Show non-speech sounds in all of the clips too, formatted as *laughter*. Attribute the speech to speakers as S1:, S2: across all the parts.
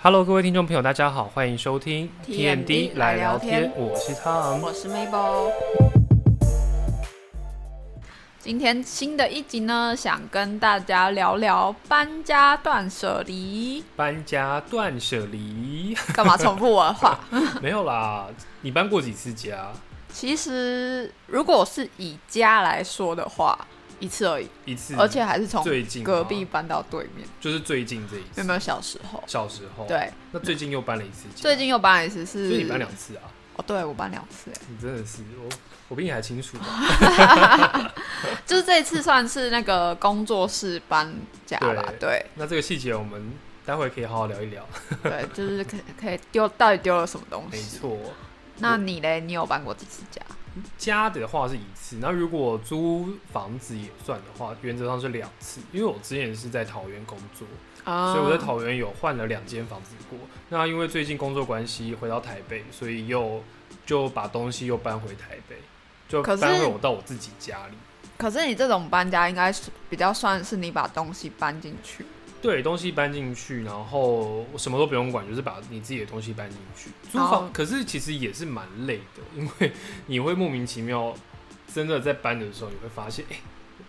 S1: Hello，各位听众朋友，大家好，欢迎收听
S2: TMD 来聊天
S1: 我是汤。
S2: 我是 Mabel。今天新的一集呢，想跟大家聊聊搬家断舍离。
S1: 搬家断舍离 *laughs*
S2: 干嘛重复我的话？
S1: 没有啦，你搬过几次家？
S2: 其实如果是以家来说的话，一次而已，
S1: 一次，
S2: 而且还是从
S1: 嗯最近吗
S2: 隔壁搬到对面。
S1: 就是最近这一次。
S2: 有没有小时候？
S1: 小时候。。
S2: 对，
S1: 那最近又搬了一次家。
S2: 最近又搬了一次是，
S1: 所以你搬两次啊？
S2: 哦，对我搬两次，哎
S1: 你真的是我，我比你还清
S2: *laughs*
S1: 楚。
S2: 就是这一次算是那个工作室搬家吧，对
S1: 那这个细节我们待会可以好好聊一
S2: *laughs*
S1: 聊。
S2: 对，就是可可以丢到底丢了什么东
S1: 没
S2: 西？
S1: 错，
S2: 那你嘞？你有搬过几次家？
S1: 家的话是一次，那如果租房子也算的话，原则上是两次，因为我之前是在桃园工作。
S2: 啊
S1: 所以我在桃园有换了两间房子过。那因为最近工作关系回到台北，所以又就把东西又搬回台北，就
S2: 可是
S1: 搬回我到我自己家里。
S2: 可是你这种搬家应该是比较算是你把东西搬进去，
S1: 对，东西搬进去，然后我什么都不用管，就是把你自己的东西搬进去。租
S2: 然后
S1: 房可是其实也是蛮累的，因为 *laughs* 你会莫名其妙，真的在搬的时候，你会发现，哎、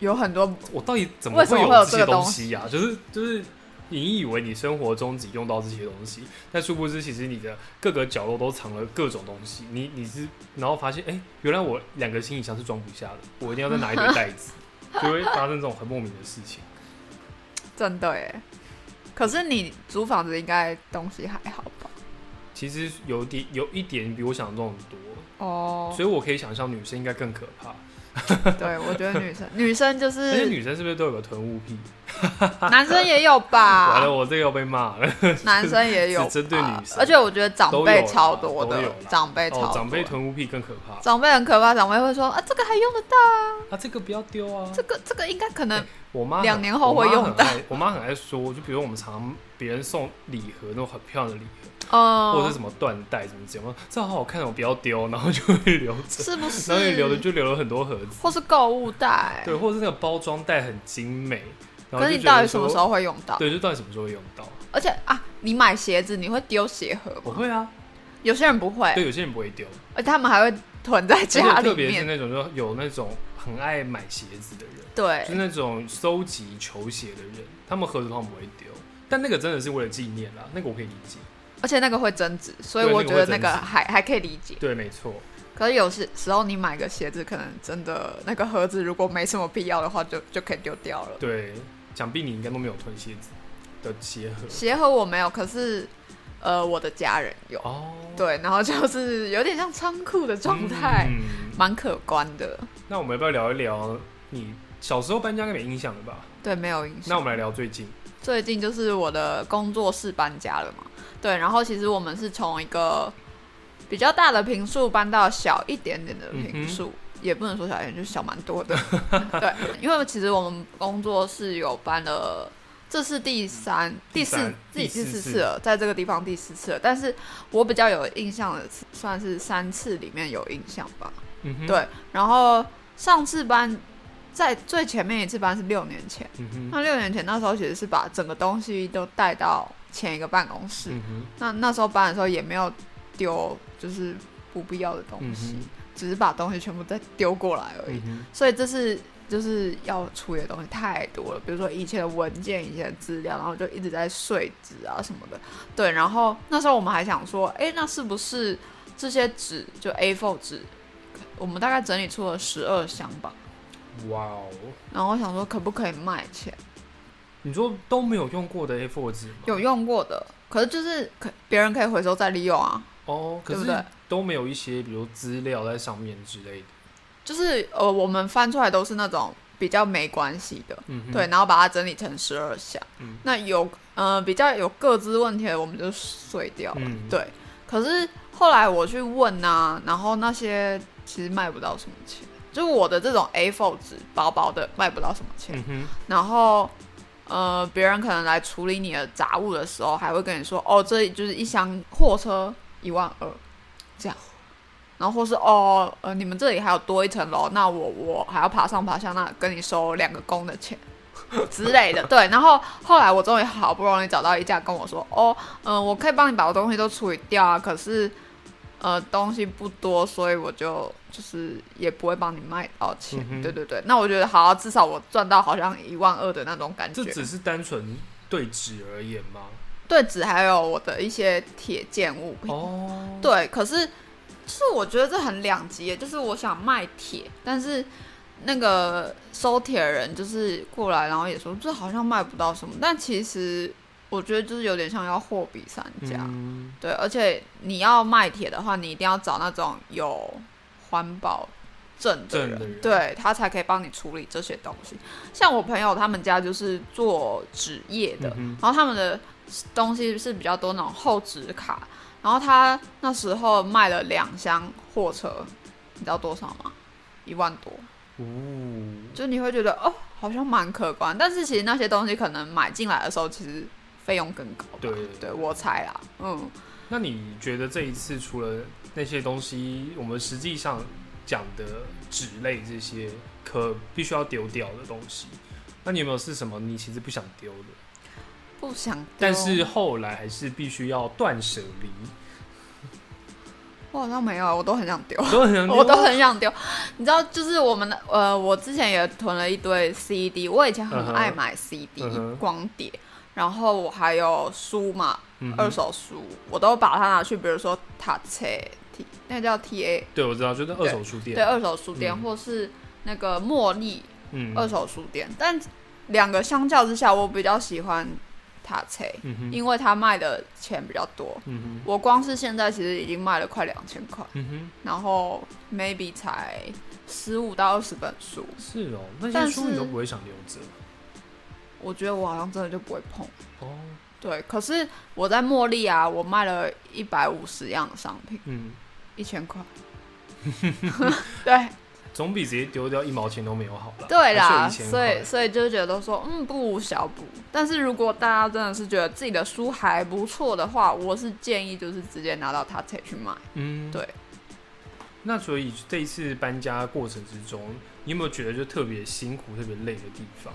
S2: 有很多
S1: 我到底怎
S2: 为
S1: 么
S2: 什
S1: 会
S2: 么会有
S1: 这
S2: 这个
S1: 些
S2: 东
S1: 东西呀、就是就是，你以为你生活中只用到这些东西，但殊不知其实你的各个角落都藏了各种东西。你你是然后发现，哎、原来我两个行李箱是装不下的，我一定要再拿一堆袋
S2: *laughs*
S1: 子，就会发生这种很莫名的事情。
S2: 真的耶。可是你租房子应该东西还好吧？
S1: 其实有点有一点比我想象中的多，
S2: 哦，
S1: 所以我可以想象女生应该更可怕。
S2: 对，我觉得
S1: *laughs*
S2: 女生女生就
S1: 而且 *laughs*
S2: 是
S1: 女生是不是都有个囤物癖？
S2: 男生也有
S1: 完了，
S2: 吧，
S1: 我这个要被骂了。
S2: 男生也有吧，
S1: 只针对女生
S2: 而且我觉得长
S1: 都有
S2: 辈
S1: 啦
S2: 超多
S1: 都有
S2: 的
S1: 啦，
S2: 长辈超
S1: 哦
S2: 多，
S1: 长辈囤物癖更可怕。
S2: 长辈很可怕，长辈会说啊，这个还用得到，
S1: 啊，这个不要丢啊！
S2: 这个这个应该可能
S1: 我妈很
S2: 两年后会用
S1: 我
S2: 到。
S1: 妈很爱我妈很爱说，就比如我们常别人送礼盒，那种很漂亮的礼盒， *laughs* 或者
S2: 哦
S1: 是，什么缎带什么之类的，这好好看，我哦不要丢，然后就会留着，
S2: 呃是不
S1: *laughs* 然后
S2: 是
S1: 也？留着就留了很多盒子，
S2: 或是购物袋，
S1: 对，或者是那个包装袋很精美，然后
S2: 可是
S1: 就
S2: 你
S1: 觉
S2: 到
S1: 得
S2: 底什么时
S1: 说，
S2: 候会用到？
S1: 对，就到底什么时候会用到？
S2: 而且啊，你买鞋子你会丢鞋盒
S1: 我
S2: 吗？
S1: 会啊，
S2: 有些人不会，
S1: 对，有些人不会丢，
S2: 而且他们还会囤在
S1: 而且
S2: 哎家
S1: 特
S2: 里
S1: 别是
S2: 面。
S1: 那种就有那种很爱买鞋子的人，就是
S2: 对，
S1: 那种收集球鞋的人，他们盒子通常不会丢，但那个真的是为了纪念啦，那个我可以理解，
S2: 而且那个会增值，所以
S1: 对
S2: 我
S1: 那
S2: 觉
S1: 个会
S2: 得那个
S1: 增值
S2: 还还可以理解。
S1: 对，没错。
S2: 可是有时时候你买个鞋子，可能真的那个盒子如果没什么必要的话就，就可以丢掉了。
S1: 对，想必你应该都没有囤鞋子的鞋盒
S2: 鞋盒我没有，可是呃，我的家人有。
S1: 哦，
S2: 对，然后就是有点像仓库的状态，
S1: 嗯
S2: 蛮、可观的。
S1: 那我们要不要聊一聊你小时候搬家应该没印象了吧？
S2: 对，没有影响。
S1: 那我们来聊最近，
S2: 最近就是我的工作室搬家了嘛，对，然后其实我们是从一个比较大的平数搬到小一点点的平数，也不能说小一点，就是小蛮多的。 *laughs* 对，因为其实我们工作室有搬了，这是第三、
S1: 第
S2: 第
S1: 三
S2: 四、
S1: 第
S2: 第
S1: 四
S2: 四
S1: 次
S2: 次了，在这个地方第四次了。但是我比较有印象的是，算是三次里面有印象吧。
S1: 嗯哼，，
S2: 对，然后上次搬在最前面一次搬是六年前。
S1: 嗯哼，
S2: 那六年前那时候其实是把整个东西都带到前一个办公室。
S1: 嗯哼，
S2: 那那时候搬的时候也没有丢，就是不必要的东
S1: 嗯
S2: 西，
S1: 哼，
S2: 只是把东西全部再丢过来而已。
S1: 嗯哼，
S2: 所以这是就是要处理的东西太多了，比如说以前的文件、以前的资料，然后就一直在碎纸啊什么的。对，然后那时候我们还想说，诶，那是不是这些纸就 A4 纸，我们大概整理出了十二箱吧。
S1: 哇哦，
S2: 然后我想说，可不可以卖钱？
S1: 你说都没有用过的 A4 纸吗？
S2: 有用过的，可是就是可别人可以回收再利用啊。
S1: 哦，可
S2: 对不
S1: 是
S2: 对
S1: 都没有一些比如资料在上面之类的，
S2: 就是呃，我们翻出来都是那种比较没关系的，
S1: 嗯哼，
S2: 对，，然后把它整理成十二项。
S1: 嗯
S2: 那有呃比较有各自问题的，我们就碎掉了。
S1: 嗯，
S2: 对，可是后来我去问啊，然后那些其实卖不到什么钱，就我的这种 A4 纸薄薄的卖不到什么钱，
S1: 嗯哼，
S2: 然后。呃，别人可能来处理你的杂物的时候，还会跟你说，哦，这就是一箱货车一万二，这样，然后或是哦，呃，你们这里还有多一层楼，那我我还要爬上爬下，那跟你收两个工的钱， *laughs* 之类的。对，然后后来我终于好不容易找到一家跟我说，哦，嗯、我可以帮你把我东西都处理掉啊，可是呃东西不多，所以我就就是也不会帮你卖到钱。
S1: 嗯哼
S2: 对对对，那我觉得好，至少我赚到好像一万二的那种感觉
S1: 这。只是单纯对纸而言吗？
S2: 对纸还有我的一些铁件物品。
S1: 哦，
S2: 对，可是就是我觉得这很两极耶，就是我想卖铁，但是那个收铁的人就是过来，然后也说这好像卖不到什么，但其实我觉得就是有点像要货比三家，
S1: 嗯
S2: 对，而且你要卖铁的话，你一定要找那种有环保证的
S1: 证
S2: 人，
S1: 的人
S2: 对他才可以帮你处理这些东西。像我朋友他们家就是做纸业的，
S1: 嗯
S2: 然后他们的东西是比较多那种厚纸卡，然后他那时候卖了两箱货车，你知道多少吗？一万多，
S1: 哼，
S2: 就你会觉得哦，好像蛮可观，但是其实那些东西可能买进来的时候，其实费用更高吧。
S1: 对对对
S2: 对我猜啦，嗯。
S1: 哦，那你觉得这一次除了那些东西，我们实际上讲的纸类这些可必须要丢掉的东西，那你有没有是什么你其实不想丢的，
S2: 不想丢，
S1: 但是后来还是必须要断舍离，
S2: *laughs* 我好像没有，我都很想丢，
S1: 都很
S2: 我都很想丢。你知道，就是我们的呃，我之前也囤了一堆 CD，我以前
S1: 嗯
S2: 很
S1: 哼
S2: 爱买 CD、
S1: 嗯哼
S2: 光碟，然后我还有书嘛，
S1: 嗯
S2: 二
S1: 哼，
S2: 手书，我都把它拿去，比如说塔车 T，那个叫 T A，
S1: 对，我知道，就是二手书店，
S2: 对，二手书店，
S1: 嗯
S2: 或是那个茉莉
S1: 嗯，
S2: 二手书店。但两个相较之下，我比较喜欢塔车，
S1: 嗯哼，
S2: 因为它卖的钱比较多。
S1: 嗯哼，
S2: 我光是现在其实已经卖了快两千块，
S1: 嗯哼。
S2: 然后 maybe 才十五到二十本书，
S1: 是哦，那
S2: 但
S1: 些书你
S2: 是
S1: 都不会想留着
S2: 我觉得我好像真的就不会碰。
S1: 哦。
S2: 对，可是我在茉莉啊，我卖了一百五十样的商品，
S1: 嗯，
S2: 一千
S1: *laughs*
S2: 块。对
S1: 总比直接丢掉一毛钱都没有好了。
S2: 对啦，
S1: 还是有1000
S2: 所以
S1: 块
S2: 所以就觉得说，嗯，不无小补。但是如果大家真的是觉得自己的书还不错的话，我是建议就是直接拿到它才去买。
S1: 嗯，
S2: 对。
S1: 那所以这一次搬家过程之中，你有没有觉得就特别辛苦、特别累的地方？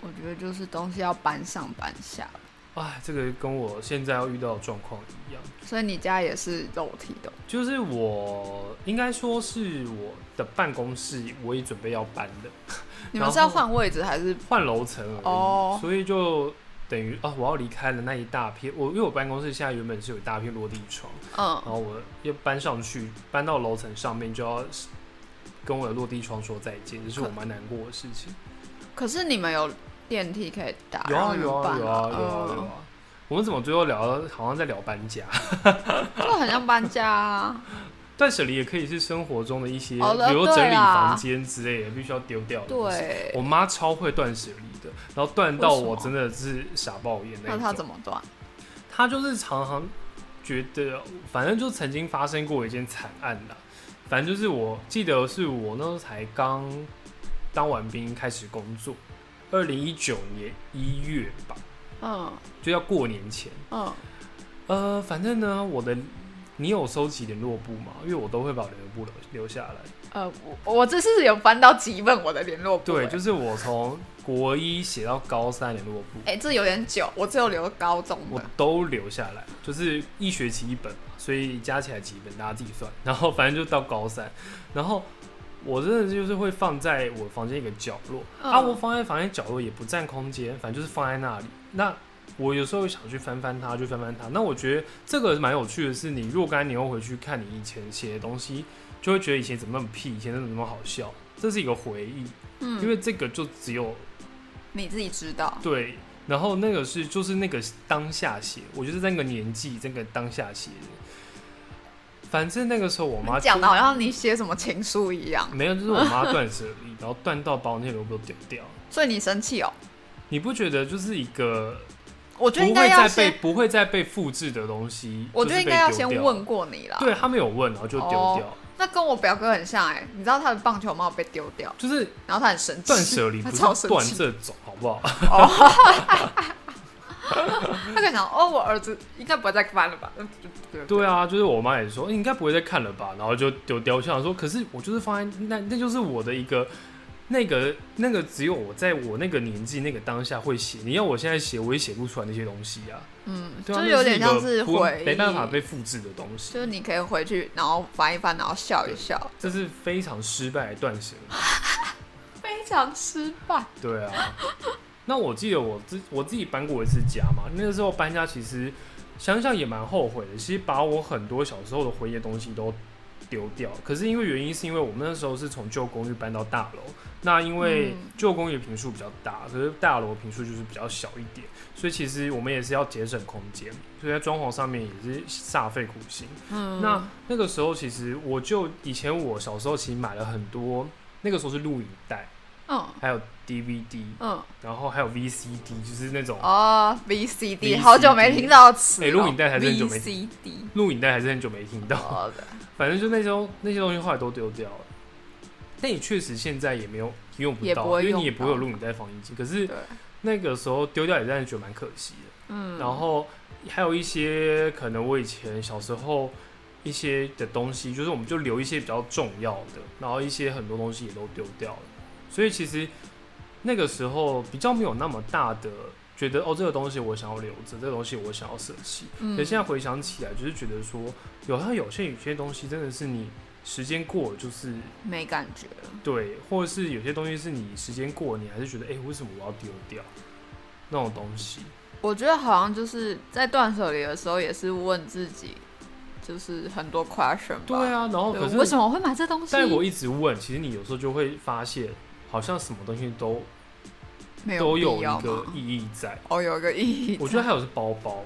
S2: 我觉得就是东西要搬上搬下，
S1: 哎，这个跟我现在要遇到的状况一样，
S2: 所以你家也是肉体的。
S1: 就是我应该说是我的办公室，我也准备要搬的，
S2: 你们是要换位置还是
S1: 换楼层而已，
S2: 哦
S1: 所以就等于啊，我要离开了那一大片。我因为我办公室现在原本是有一大片落地窗。
S2: 嗯
S1: 然后我要搬上去，搬到楼层上面就要跟我的落地窗说再见，这是我蛮难过的事情。？
S2: 可是你们有电梯可以打，
S1: 有
S2: 然
S1: 啊
S2: 后你们
S1: 有啊
S2: 搬
S1: 有
S2: 了
S1: 啊有啊有
S2: 嗯
S1: 啊！我们怎么最后聊到好像在聊搬家？
S2: 就很像搬家、啊。
S1: 断舍离也可以是生活中的一些，
S2: 哦
S1: 比如
S2: 对
S1: 整理
S2: 啦
S1: 房间之类的，必须要丢掉的东西。
S2: 对，
S1: 我妈超会断舍离的，然后断到
S2: 为什么
S1: 我真的是傻爆眼那
S2: 那他
S1: 一
S2: 怎
S1: 种。
S2: 么断？
S1: 她就是常常觉得，反正就曾经发生过一件惨案啦。反正就是我记得是我那时候才刚当完兵开始工作，二零一九年一月吧，
S2: 嗯
S1: 就要过年前。
S2: 嗯
S1: 呃，反正呢，我的你有收集联络簿吗？因为我都会把联络簿留留下来。
S2: 呃，我我这次有翻到几本我的联络簿、
S1: 对，
S2: 欸
S1: 就是我从国一写到高三联络簿，
S2: 哎、这有点久，我只有留高中
S1: 我
S2: 的。
S1: 都留下来，就是一学期一本嘛，所以加起来几本，大家自己算。然后反正就到高三，然后我真的就是会放在我房间一个角落、
S2: 嗯
S1: 啊，我放在房间角落也不占空间，反正就是放在那里。那我有时候想去翻翻它，就翻翻它。那我觉得这个蛮有趣的是，你若干年后回去看你以前写的东西，就会觉得以前怎么那么屁，以前怎么那么好笑，这是一个回忆，因
S2: 嗯，
S1: 为这个就只有
S2: 你自己知道。
S1: 对，然后那个是就是那个当下写，我就是在那个年纪，这个当下写的。反正那个时候我妈
S2: 你讲的好像你写什么情书一样，
S1: 没有，就是我妈断舍离，然后断到把我那些萝卜都丢掉。
S2: 所以你生气哦。
S1: 你不觉得就是一个
S2: 我觉得
S1: 不
S2: 应该
S1: 会
S2: 要
S1: 再被
S2: 先，
S1: 不会再被复制的东西？
S2: 我觉得应该要
S1: 就是
S2: 先
S1: 被丢掉
S2: 问哦过你啦。
S1: 对，他没有问，然后就丢掉。
S2: 那跟我表哥很像哎、你知道他的棒球帽被丢掉，
S1: 就是
S2: 然后他很生气，
S1: 断舍离
S2: *laughs* 他
S1: 不
S2: 超
S1: 是
S2: 生
S1: 断
S2: 气，
S1: 这种，好不好？
S2: 他可能想哦，我儿子应该不会再翻了吧？嗯对对
S1: 对啊，就是我妈也说、欸你应该不会再看了吧，然后就丢掉。我想说，可是我就是放在那，那就是我的一个那个那个只有我在我那个年纪那个当下会写，你要我现在写我也写不出来那些东西啊，
S2: 嗯，
S1: 对
S2: 就
S1: 啊，
S2: 是
S1: 那
S2: 有点
S1: 一个
S2: 像是
S1: 不
S2: 回忆，
S1: 没办法被复制的东西
S2: 就，是你可以回去，然后翻一翻，然后笑一笑，
S1: 这是非常失败的断写了，
S2: 非常失败。
S1: 对啊。 *laughs* 那我记得我自我自己搬过一次家嘛，那个时候搬家其实想想也蛮后悔的，其实把我很多小时候的回忆的东西都丢掉。可是因为原因是因为我们那时候是从旧公寓搬到大楼，那因为
S2: 嗯
S1: 旧公寓平数比较大，可是大楼平数就是比较小一点，所以其实我们也是要节省空间，所以在装潢上面也是煞费苦心。
S2: 嗯，
S1: 那那个时候其实我就以前我小时候其实买了很多，那个时候是录影带，
S2: 嗯
S1: 还有 DVD，
S2: 嗯
S1: 然后还有 VCD，就是那种
S2: 哦，VCD，
S1: VCD
S2: 好久没听到词了。
S1: 哎录影带还真久没
S2: VCD。
S1: 录影带还是很久没听到。
S2: 好的，
S1: 反正就那些东那些东西后来都丢掉了。但你确实现在也没有用不
S2: 也
S1: 到，
S2: 不会
S1: 因为
S2: 用
S1: 你也不会有
S2: 到
S1: 录影带放映机。可是
S2: 对，
S1: 那个时候丢掉也让人觉得蛮可惜的。
S2: 嗯，
S1: 然后还有一些可能我以前小时候一些的东西，就是我们就留一些比较重要的，然后一些很多东西也都丢掉了。所以其实那个时候比较没有那么大的觉得哦，这个东西我想要留着，这个东西我想要舍弃。
S2: 嗯
S1: 可现在回想起来，就是觉得说，有它有些有些东西真的是你时间过了就是
S2: 没感觉了。
S1: 对，或者是有些东西是你时间过了，你还是觉得，哎、为什么我要丢掉那种东西？
S2: 我觉得好像就是在断舍离的时候，也是问自己，就是很多 question 吧。
S1: 对啊，然后
S2: 对
S1: 可是，
S2: 为什么我会买这东西？
S1: 但我一直问，其实你有时候就会发现，好像什么东西都
S2: 没
S1: 都
S2: 有
S1: 有
S2: 必要
S1: 一
S2: 吗
S1: 个？意义在。
S2: 哦，有一个意义在。
S1: 我觉得还有是包包，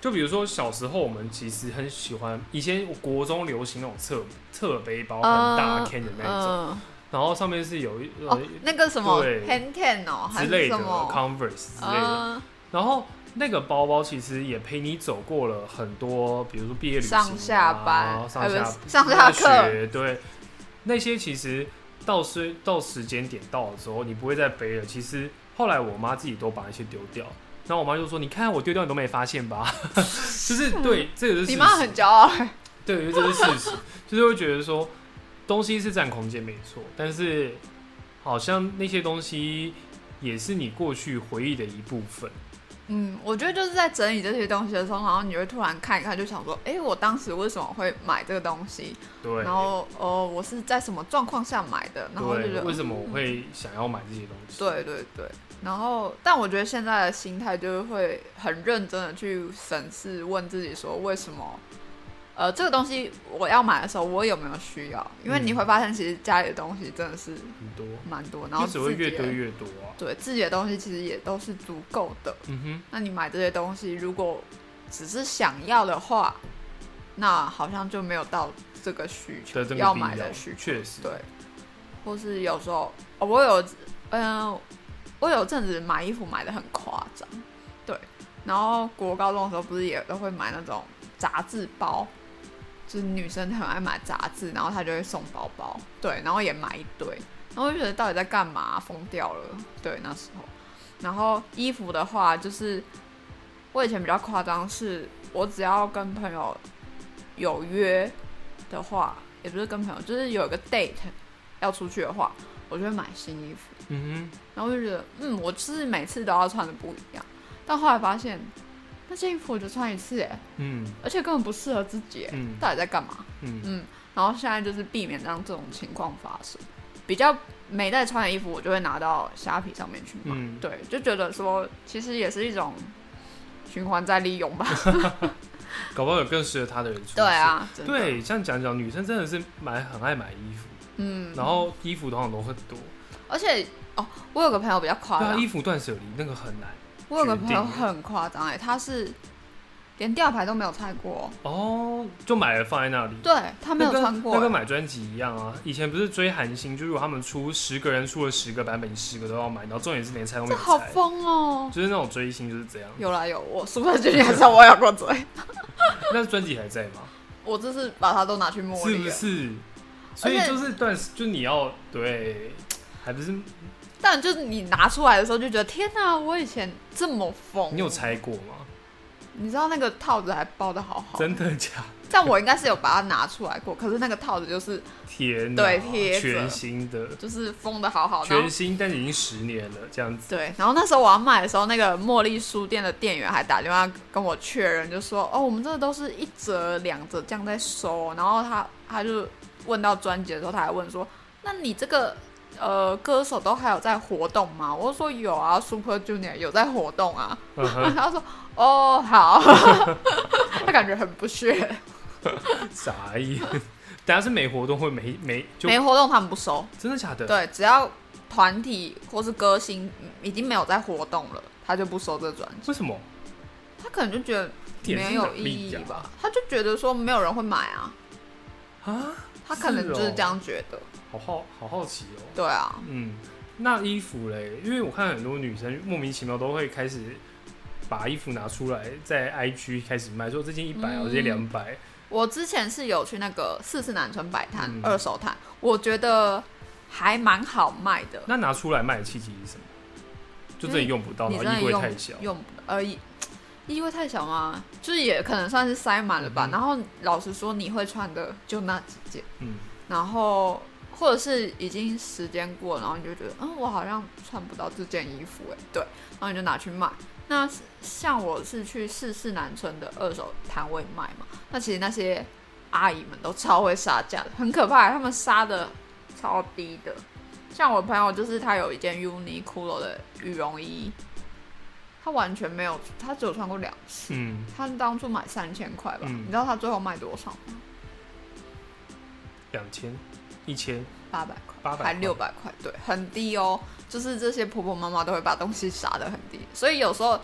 S1: 就比如说小时候我们其实很喜欢，以前国中流行那种侧侧背包，很大
S2: 嗯
S1: can 的那一种，
S2: 嗯，
S1: 然后上面是有一呃
S2: 哦，那个什么
S1: 对
S2: Hand Ten 哦，还
S1: 之
S2: 是
S1: 类的
S2: 什么？
S1: Converse 之类的。
S2: 嗯，
S1: 然后那个包包其实也陪你走过了很多，比如说毕业旅行、啊、
S2: 上下班
S1: 然后上
S2: 呃不
S1: 下
S2: 是上下课
S1: 学，对，那些其实到时到时间点到了之后，你不会再背了。其实后来我妈自己都把那些丢掉。然后我妈就说：“你看我丢掉，你都没发现吧？”就是
S2: *laughs*
S1: 对，这个是事
S2: 你
S1: 实
S2: 妈很骄傲。
S1: 对，因为这是事实，就是会觉得说东西是占空间没错，但是好像那些东西也是你过去回忆的一部分。
S2: 嗯，我觉得就是在整理这些东西的时候，然后你会突然看一看，就想说，哎、我当时为什么会买这个东西？
S1: 对，
S2: 然后哦，我是在什么状况下买的？然后就觉
S1: 对，
S2: 得
S1: 为什么我会想要买这些东西？
S2: 对对对。然后，但我觉得现在的心态就是会很认真的去审视，问自己说，为什么？呃，这个东西我要买的时候，我有没有需要？因为
S1: 嗯
S2: 你会发现，其实家里的东西真的是
S1: 很多，
S2: 蛮多，然后
S1: 就只会
S2: 自己
S1: 越
S2: 的
S1: 堆越多啊。
S2: 对自己的东西其实也都是足够的。
S1: 嗯哼，
S2: 那你买这些东西，如果只是想要的话，那好像就没有到这个需求
S1: 的这个
S2: 要
S1: 必
S2: 买
S1: 要
S2: 的需求，
S1: 确实
S2: 对，或是有时候、哦我有，嗯、我有阵子买衣服买的很夸张，对，然后国高中的时候不是也都会买那种杂志包。就是女生很爱买杂志，然后她就会送包包，对，然后也买一堆，然后我就觉得到底在干嘛、疯掉了，对，那时候。然后衣服的话，就是我以前比较夸张，是我只要跟朋友有约的话，也不是跟朋友，就是有一个 date 要出去的话，我就会买新衣服。
S1: 嗯
S2: 然后我就觉得，嗯，我就是每次都要穿的不一样。但后来发现，那件衣服我就穿一次，哎，
S1: 哼，嗯
S2: 而且根本不适合自己，哎
S1: 嗯
S2: 到底在干嘛？
S1: 嗯，
S2: 嗯，然后现在就是避免让这种情况发生。比较没在穿的衣服，我就会拿到虾皮上面去买。
S1: 嗯
S2: 对，就觉得说，其实也是一种循环再
S1: *laughs*
S2: 利用吧。
S1: 搞不好有更适合他的人出
S2: 对
S1: 现。
S2: 啊，真的，
S1: 对，像讲讲，女生真的是买很爱买衣服，
S2: 嗯。
S1: 然后衣服通常都很多。
S2: 而且哦，我有个朋友比较夸
S1: 对啊，
S2: 张，
S1: 衣服断舍离那个很难
S2: 我有个朋
S1: 决
S2: 友
S1: 定
S2: 很夸张哎，他是连吊牌都没有拆过，
S1: 哦，就买了放在那里。
S2: 对他没有穿过
S1: 那跟那
S2: 欸、
S1: 跟买专辑一样啊。以前不是追韩星，就如果他们出十个人出了十个版本，你十个都要买，然后重点是连拆都没
S2: 这
S1: 有
S2: 好
S1: 拆，
S2: 疯哦！
S1: 就是那种追星就是
S2: *laughs*
S1: 这样。
S2: 有啦有，我 Super Junior 上我有过嘴， *laughs*
S1: 那专辑还在吗？
S2: 我就是把它都拿去摸
S1: 是
S2: 理
S1: 不
S2: 了。
S1: 是？所以
S2: 而且
S1: 就是断，就你要对，还不是
S2: 但就是你拿出来的时候就觉得天哪、我以前这么疯。
S1: 你有拆过吗？
S2: 你知道那个套子还包的好好，
S1: 真的假的？
S2: 像我应该是有把它拿出来过，可是那个套子就是
S1: 天哪，
S2: 对贴着
S1: 全新的，
S2: 就是封的好好，然
S1: 全
S2: 后
S1: 新，但已经十年了，这样子。
S2: 对，然后那时候我要卖的时候，那个茉莉书店的店员还打电话跟我确认，就说哦，我们这个都是一折两折这样在收，哦然后他他就问到专辑的时候，他还问说，那你这个呃歌手都还有在活动吗？我就说有啊，Super Junior 有在活动啊，
S1: 嗯哼， *laughs*
S2: *laughs* 他说哦好，他感觉很不屑，
S1: 傻眼。 *laughs* 大家是没活动会没没就
S2: 没活动他们不收。
S1: 真的假的？
S2: 对，只要团体或是歌星嗯已经没有在活动了，他就不收这专辑。
S1: 为什么？
S2: 他可能就觉得
S1: 点
S2: 没
S1: 是哪
S2: 有意
S1: 里
S2: 义
S1: 呀
S2: 吧，他就觉得说没有人会买啊，
S1: 啊，
S2: 他可能就是
S1: 哦
S2: 这样觉得。
S1: 好好好好奇哦。
S2: 对啊，
S1: 嗯，那衣服嘞，因为我看很多女生莫名其妙都会开始把衣服拿出来，在 IG 开始卖，说这件一百、啊，
S2: 嗯
S1: 我这件两百，
S2: 我之前是有去那个四四南村摆摊、
S1: 嗯
S2: 二手摊，我觉得还蛮好卖的。
S1: 那拿出来卖的契机是什么？就真的用不到，
S2: 你
S1: 然
S2: 真的
S1: 哦后衣柜
S2: 用
S1: 太小，
S2: 用呃衣衣柜太小嘛，就是也可能算是塞满了吧。
S1: 嗯
S2: 然后老实说，你会穿的就那几件。
S1: 嗯，
S2: 然后或者是已经时间过了，然后你就觉得，嗯，我好像穿不到这件衣服，哎，对，然后你就拿去卖。那是像我是去四四南村的二手摊位卖嘛，那其实那些阿姨们都超会杀价的，很可怕，他们杀的超低的。像我朋友就是他有一件 Uniqlo 的羽绒衣，他完全没有，他只有穿过两次。
S1: 嗯，
S2: 他当初买三千块吧，
S1: 嗯
S2: 你知道他最后卖多少吗？
S1: 两千、一千，
S2: 八百块，
S1: 800
S2: 还
S1: 块
S2: 六百块，对，很低哦。就是这些婆婆妈妈都会把东西杀的很低，所以有时候，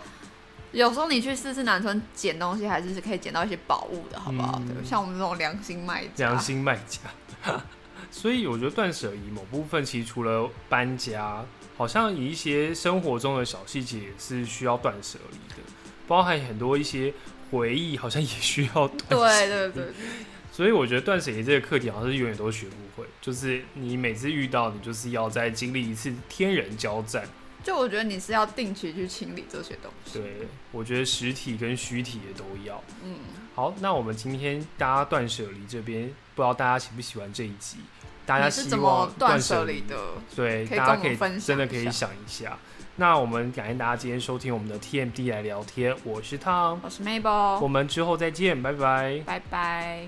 S2: 有时候你去四四南村捡东西，还是可以捡到一些宝物的，好不好？
S1: 嗯
S2: 对，像我们这种良心卖家，
S1: 良心卖家。 *laughs* 所以我觉得断舍离某部分其实除了搬家，好像一些生活中的小细节也是需要断舍离的，包含很多一些回忆，好像也需要断舍
S2: 对对对，
S1: *laughs* 所以我觉得断舍离这个课题好像是永远都学不会，就是你每次遇到，你就是要再经历一次天人交战。
S2: 就我觉得你是要定期去清理这些东西，
S1: 对，我觉得实体跟虚体也都要。
S2: 嗯，
S1: 好，那我们今天大家断舍离这边，不知道大家喜不喜欢这一集？大家
S2: 你是
S1: 希
S2: 怎
S1: 望
S2: 么断
S1: 舍
S2: 舍离的？？
S1: 对，
S2: 可以
S1: 大家
S2: 跟我
S1: 可以
S2: 们分享
S1: 真的
S2: 一
S1: 可以
S2: 下
S1: 想一下。那我们感谢大家今天收听我们的 TMD 来聊天，我是汤，
S2: 我是
S1: 我
S2: Mabel，
S1: 们之后再见，拜拜。
S2: 拜拜。